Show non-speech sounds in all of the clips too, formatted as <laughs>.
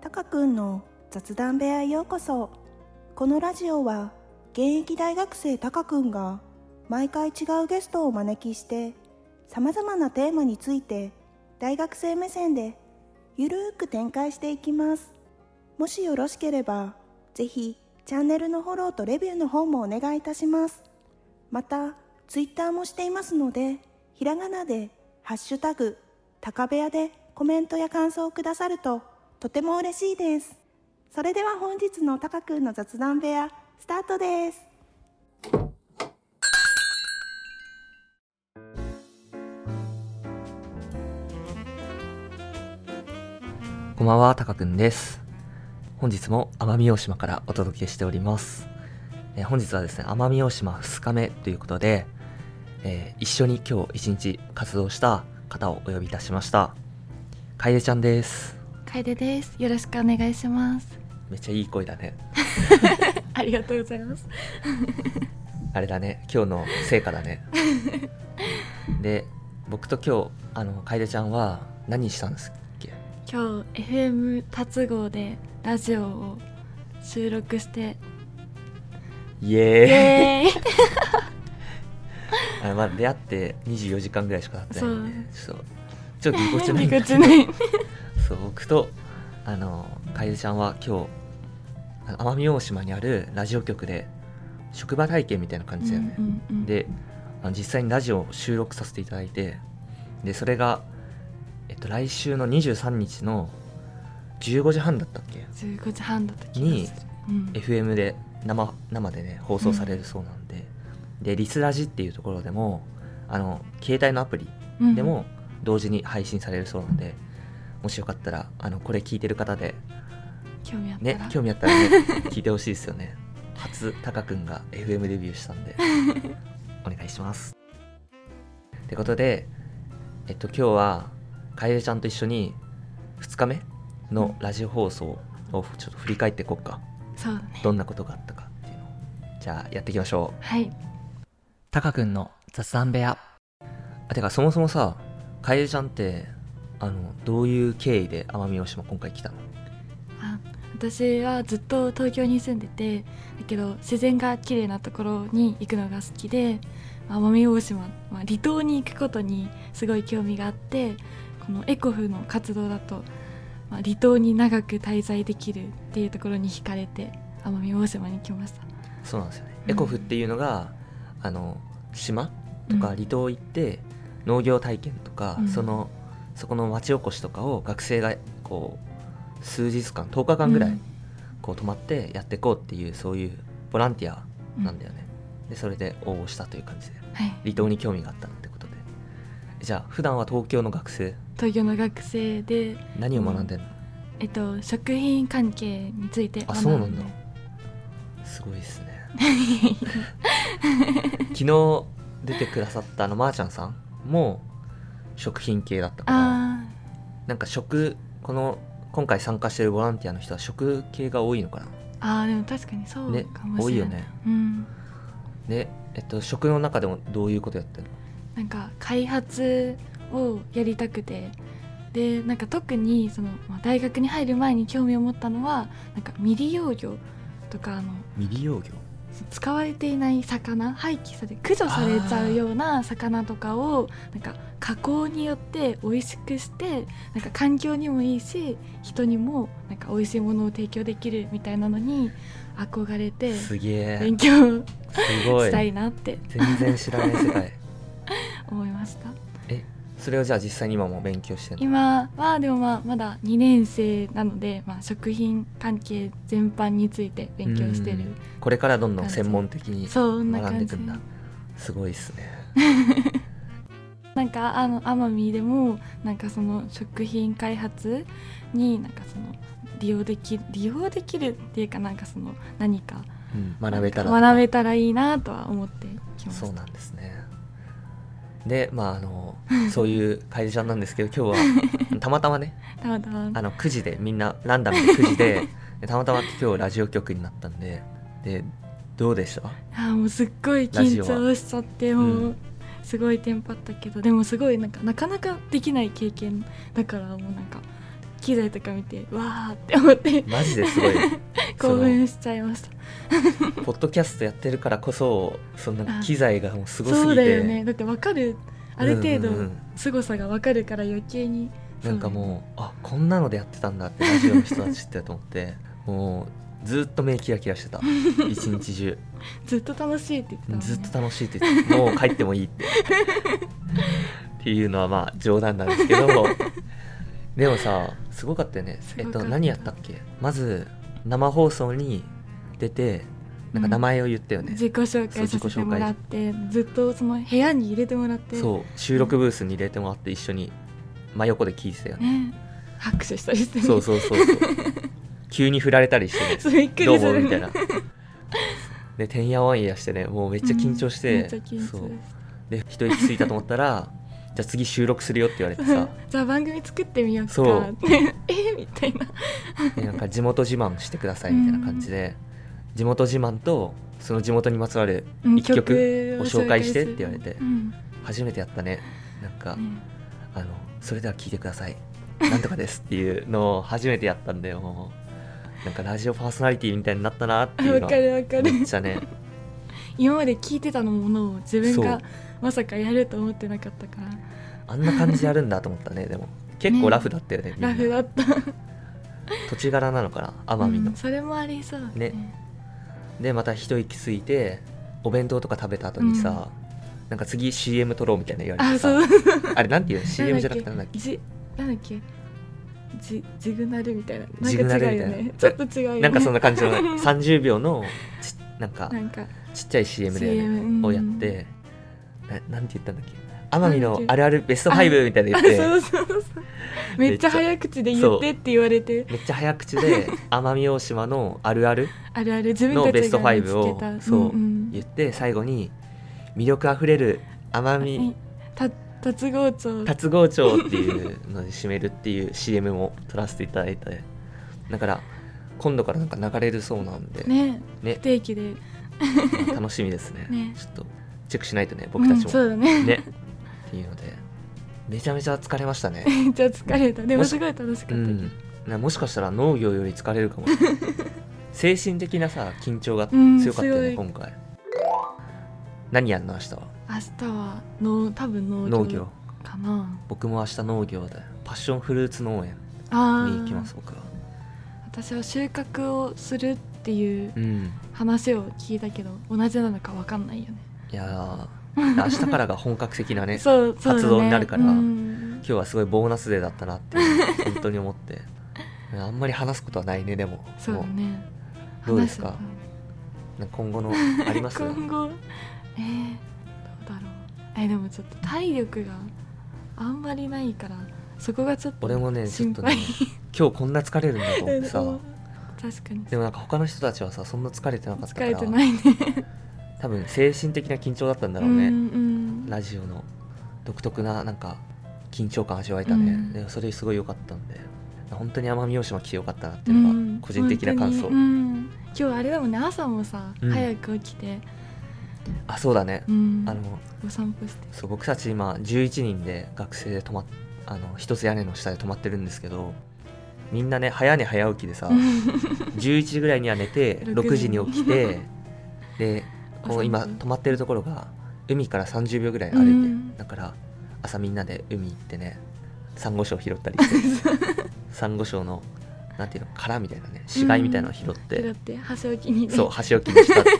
たかくんの雑談部屋へようこそこのラジオは現役大学生たかくんが毎回違うゲストをお招きしてさまざまなテーマについて大学生目線でゆるーく展開していきますもしよろしければぜひチャンネルのフォローとレビューの方もお願いいたしますまたツイッターもしていますのでひらがなで「ハッシュタグ高部屋」でコメントや感想をくださるととても嬉しいですそれでは本日のたかくんの雑談部屋スタートですこんばんは、たかくんです。本日も奄美大島からお届けしております。えー本日はですね、奄美大島2日目ということで、えー一緒に今日一日活動した方をお呼びいたしました。楓ちゃんです。楓です。よろしくお願いします。めっちゃいい声だね。 <laughs> ありがとうございます。 <laughs> あれだね、今日の成果だ <laughs> ね。で、僕と今日、あの、楓ちゃんは何したんですっけ今日 FM 達号でラジオを収録して、イイエエーイ。ーイあまあ、出会って24時間ぐらいしか経ってないんで、ちょっと、ちょっとぎこちない何んだかけちどな。い。そう僕とあの楓ちゃんは今日あの奄美大島にあるラジオ局で職場体験みたいな感じだよね、うんうんうん、であの実際にラジオを収録させていただいてでそれが、えっと、来週の23日の15時半だったっけ15時半だった気にがする。うん、 FM で生生でね放送されるそうなんで、でリスラジっていうところでもあの携帯のアプリうんでも同時に配信されるそうなんで、もしよかったらあのこれ聞いてる方で興味あったら。ね興味あったらね聞いてほしいですよね初タカくんが FM デビューしたんでお願いしますってことでえっと今日は楓ちゃんと一緒に2日目のラジオ放送をちょっと振り返っていこうかそうだね。どんなことがあったかっていうのをじゃあやっていきましょうはい。タカくんの雑談部屋あてかそもそもさ楓ちゃんってあのどういう経緯で奄美大島今回来たのあ私はずっと東京に住んでてだけど自然が綺麗なところに行くのが好きで奄美大島、まあ、離島に行くことにすごい興味があってこのエコフの活動だと、まあ、離島に長く滞在できるっていうところに惹かれて奄美大島に来ましたそうなんですよね、うんエコフっていうのがあの島とかうん離島行って農業体験とか、うんそのそこの町おこしとかを学生がこう数日間10日間ぐらういんこう泊まってやっていこうっていうそういうボランティアなんだよね、でそれで応募したという感じではい離島に興味があったってことでじゃあ普段は東京の学生東京の学生で何を学んでんの、えっと食品関係についてあ学んでそうなんだすごいですね <laughs> 昨日出てくださったあのまーちゃんさんも食品系だったからあなんか食この今回参加してるボランティアの人は食系が多いのかなーあーでも確かにそうねかもしれない、多いよねうんで、えっと、食の中でもどういうことやってるなんか開発をやりたくてでなんか特にその、まあ、大学に入る前に興味を持ったのはなんか未利用魚とかあのの未利用魚使われていない魚廃棄され駆除されちゃうような魚とかをなんか加工によって美味しくしてなんか環境にもいいし人にもなんか美味しいものを提供できるみたいなのに憧れてすげえ勉強すごいしたいなって全然知らない世界思いました。それをじゃあ実際に今も勉強してるの今はでもまあまだ2年生なので、まあ、食品関係全般について勉強してうるんこれからどんどん専門的にそんな学んでい感じくんだすごいっすねなんかあの奄美でもなんかその食品開発になんかその利用でき利用できるっていうかなんかその何かうん学べたら学べたらいいなとは思ってきましたそうなんですねでまああ <laughs> のそういう楓ちゃんなんですけど今日はたまたまねたまたまあの9時でみんなランダムで9時で <laughs> でたまたま今日ラジオ局になったんででどうでしたあーもうすっごい緊張しちゃってはもう、うんすごいテンパったけどでもすごいなんかなかなかできない経験だからもうなんか機材とか見てわーって思ってマジです <laughs> ごいそ興の奮しちゃいましたポッドキャストやってるからこそそんな機材がもうすごすそうぎだよて、ねだってわかるある程うんうんう度ん凄さがわかるから余計になんかもうあこんなのでやってたんだってラジオの人たちってと思って <laughs> もうずっと目キラキラ <laughs> してた一日中ずっと楽しいって言ってたもんねずっと楽しいって言ってたもう帰ってもいい <laughs> ってっていうのはまあ冗談なんですけ <laughs> どでもさすごかったよねすえごっかったと何やったっけまず生放送に出てなんか名前を言ったよね、自己紹介させてもらってずっとその部屋に入れてもらってそう収録ブースに入れてもらって一緒に真横で聞いて <laughs> たよねね拍手したりしてねそうそうそうそう急に振られたりしてね <laughs> そうびっくどうりすもるみたいな。で、てんやわんやしてね、もうめっちゃ緊張しうんて、めっちゃ緊張しそてう。で、一息ついたと思ったら、じゃあ次収録するよって言われてさ、 <laughs> じゃあ番組作ってみようかそう <laughs> えみたいなでなんか地元自慢してくださいみたいな感じで、地元自慢と、その地元にまつわるうん一曲を紹介してって言われてうん初めてやったね。なんか、ねあの、それでは聞いてください。なんとかですっていうのを初めてやったんで、もう、なんかラジオパーソナリティみたいになったなっていうわのかるわかめっるちゃね、今まで聞いてたのものを自分そうがまさかやると思ってなかったからあんな感じやるんだと思ったね、でも。結構ラフだったよね、みんなラフだった土地柄なのかな奄美の、うんそれもありそうだねでまた一息ついてお弁当とか食べた後にさ、なんか次 CM 撮ろうみたいなの言われあてそうさあれなんていうの CM じゃなくてなんだっけじなんだっけジジグナルみたいななんかジグナル違みたうよいなねちょっと違うよねなんかそんなな感じの30秒のちなんかなんかちっちゃい CM だよね CM うんをやってななんて言ったんだっけ奄美のあるあるベスト5みたいなのあ言ってそうそうそうめっちゃ早口で言ってって言われてめっちゃ早口で奄美大島のあるあるあるある自分のたベちストが見つ5けをたそうんん言って最後に魅力あふれる奄美た達合町達郷町っていうので締めるっていう CM も撮らせていただいてだから今度からなんか流れるそうなんで、ねね不定期でまあ楽しみですねねちょっとチェックしないとね僕たちうんも、そうだねねっていうのでめちゃめちゃ疲れましたね <laughs> めっちゃ疲れたでももしすごい楽しかっうたけどんなもしかしたら農業より疲れるかも <laughs> 精神的なさ緊張がうん強かったよね、強今回何やんの明日は明日はの多分農業農業かな僕も明日農業だよパッションフルーツ農園あにー行きます僕は私は収穫をするっていううん話を聞いたけど同じなのかわかんないよねいやー明日からが本格的なね今 <laughs> そうそうだね活動になるからうん日はすごいボーナスデーだったなっていう本当に思ってあんまり話すことはないねでもそうだもねどうですか話うなんか今後 <laughs> のありますす今後えー、どうだろうえでもちょっと体力があんまりないからそこがちょっと俺もねちょっ心とね配今日こんな疲れるんだと <laughs> 思ってうさん確かにでもなんか他の人たちはさそんな疲れてなかったか疲られてないね多分精神的な緊張だったんだろううねんうんラジオの独特ななんか緊張感味わえたね、うんでそれすごい良かったんで本当に奄美大島来てよかったなっていうのが個人的な感想、うん本当にうん今日あれだもんね朝もさ、うん早く起きて、あそうだねう、ん、あのお散歩してそう僕たち今11人で学生で泊まっあの一つ屋根の下で泊まってるんですけどみんなね早寝早起きで <laughs> さ11時ぐらいには寝て6 6時時にに起き <laughs> てでこのお散今歩泊まってるところが海から30秒ぐらい歩いて、うんだから朝みんなで海行ってねサンゴ礁拾ったりして <laughs> サンゴ礁のなんていうの殻みたいなね死骸みたいなのを拾って、拾って箸置きにねそう箸置きにしたっていう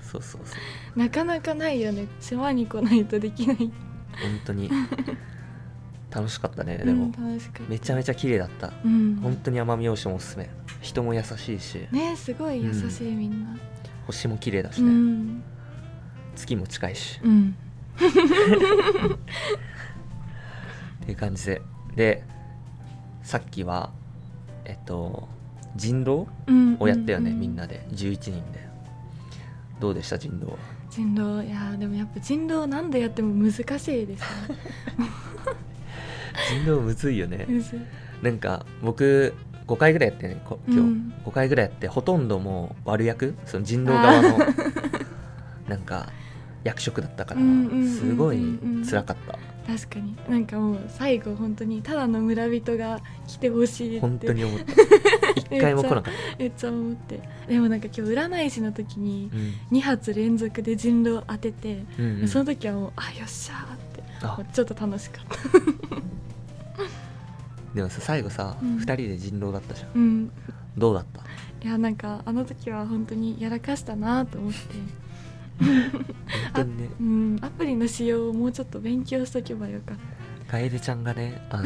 そうそうそうなかなかないよね島に来ないとできない本当 <laughs> に楽しかったねでも、うん、楽しかっためちゃめちゃ綺麗だったうん本当に奄美大島おすすめ人も優しいしねすごい優しい、みんな星も綺麗だしうね、ん、月も近いしうん、っていう感じででさっきはえっと人狼うんをやったよね、うみんなで11人でどうでした人狼は人狼いやーでもやっぱ人狼何度やっても難しいですね <laughs> 人狼むずいよねむずいなんか僕5回ぐらいやってねこ今日、うん5回ぐらいやってほとんどもう悪役その人狼側のなんか役職だったからうんうんうんうんうんすごい辛かった、確かになんかもう最後本当にただの村人が来てほしいって本当に思 <laughs> った一回も来なかった、めっちゃ思ってでもなんか今日占い師の時にうん2発連続で人狼当てて、うんうんその時はもうあよっしゃーってあもうちょっと楽しかったでもさ最後さ、う二ん2人で人狼だったじゃんうんどうだったいやなんかあの時は本当にやらかしたなと思って、本当にねうん、アプリの使用をもうちょっと勉強しとけばよかった楓ちゃんがね <laughs> あの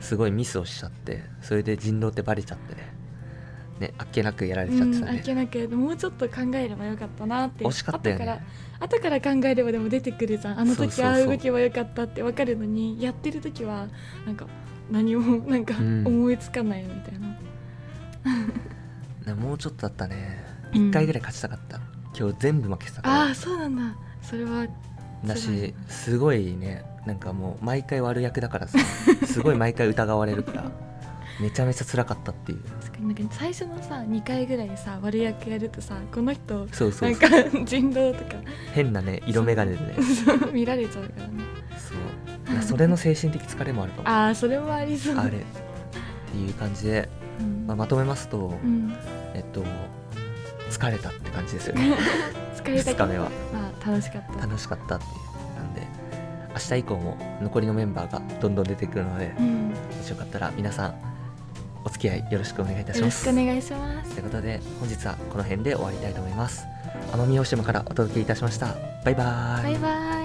すごいミスをしちゃってそれで人狼ってバレちゃってねねあっけなくやられちゃってたうん、あねっ、けなくもうちょっと考えればよかったなって惜しかったよ後からね後から考えればでも出てくるじゃんあのそうそう時そうああ動けばよかったって分かるのにやってる時はなんか何もなんかうん思いつかないみたいな、ねもうちょっとだったねうん1回ぐらい勝ちたかった、今日全部負けてたからああそうなんだそれだはそうだしねすごいねなんかもう毎回悪役だ <laughs> からさすごい毎回疑われるからめちゃめちゃ辛かったっていう確かになんか最初のさ2回ぐらいさ悪役やるとさこの人そうそなうんそうか <laughs> 人狼とか変なね色眼鏡でねそう見られちゃうからねそういやそれの精神的疲れもあるかもああそれもありそうあれっていう感じで、うんまあ、まとめますと、うん、えっと疲れたって感じですよね <laughs> 疲れた2けど日目はまあ楽しかった楽しかったっていうなんで明日以降も残りのメンバーがどんどん出てくるのでうん、よもしよかったら皆さんお付き合いよろしくお願いいたしろましすくお願いしますということで本日はこの辺で終わりたいと思います奄美大島からお届けいたしましたバイバーイバイバイ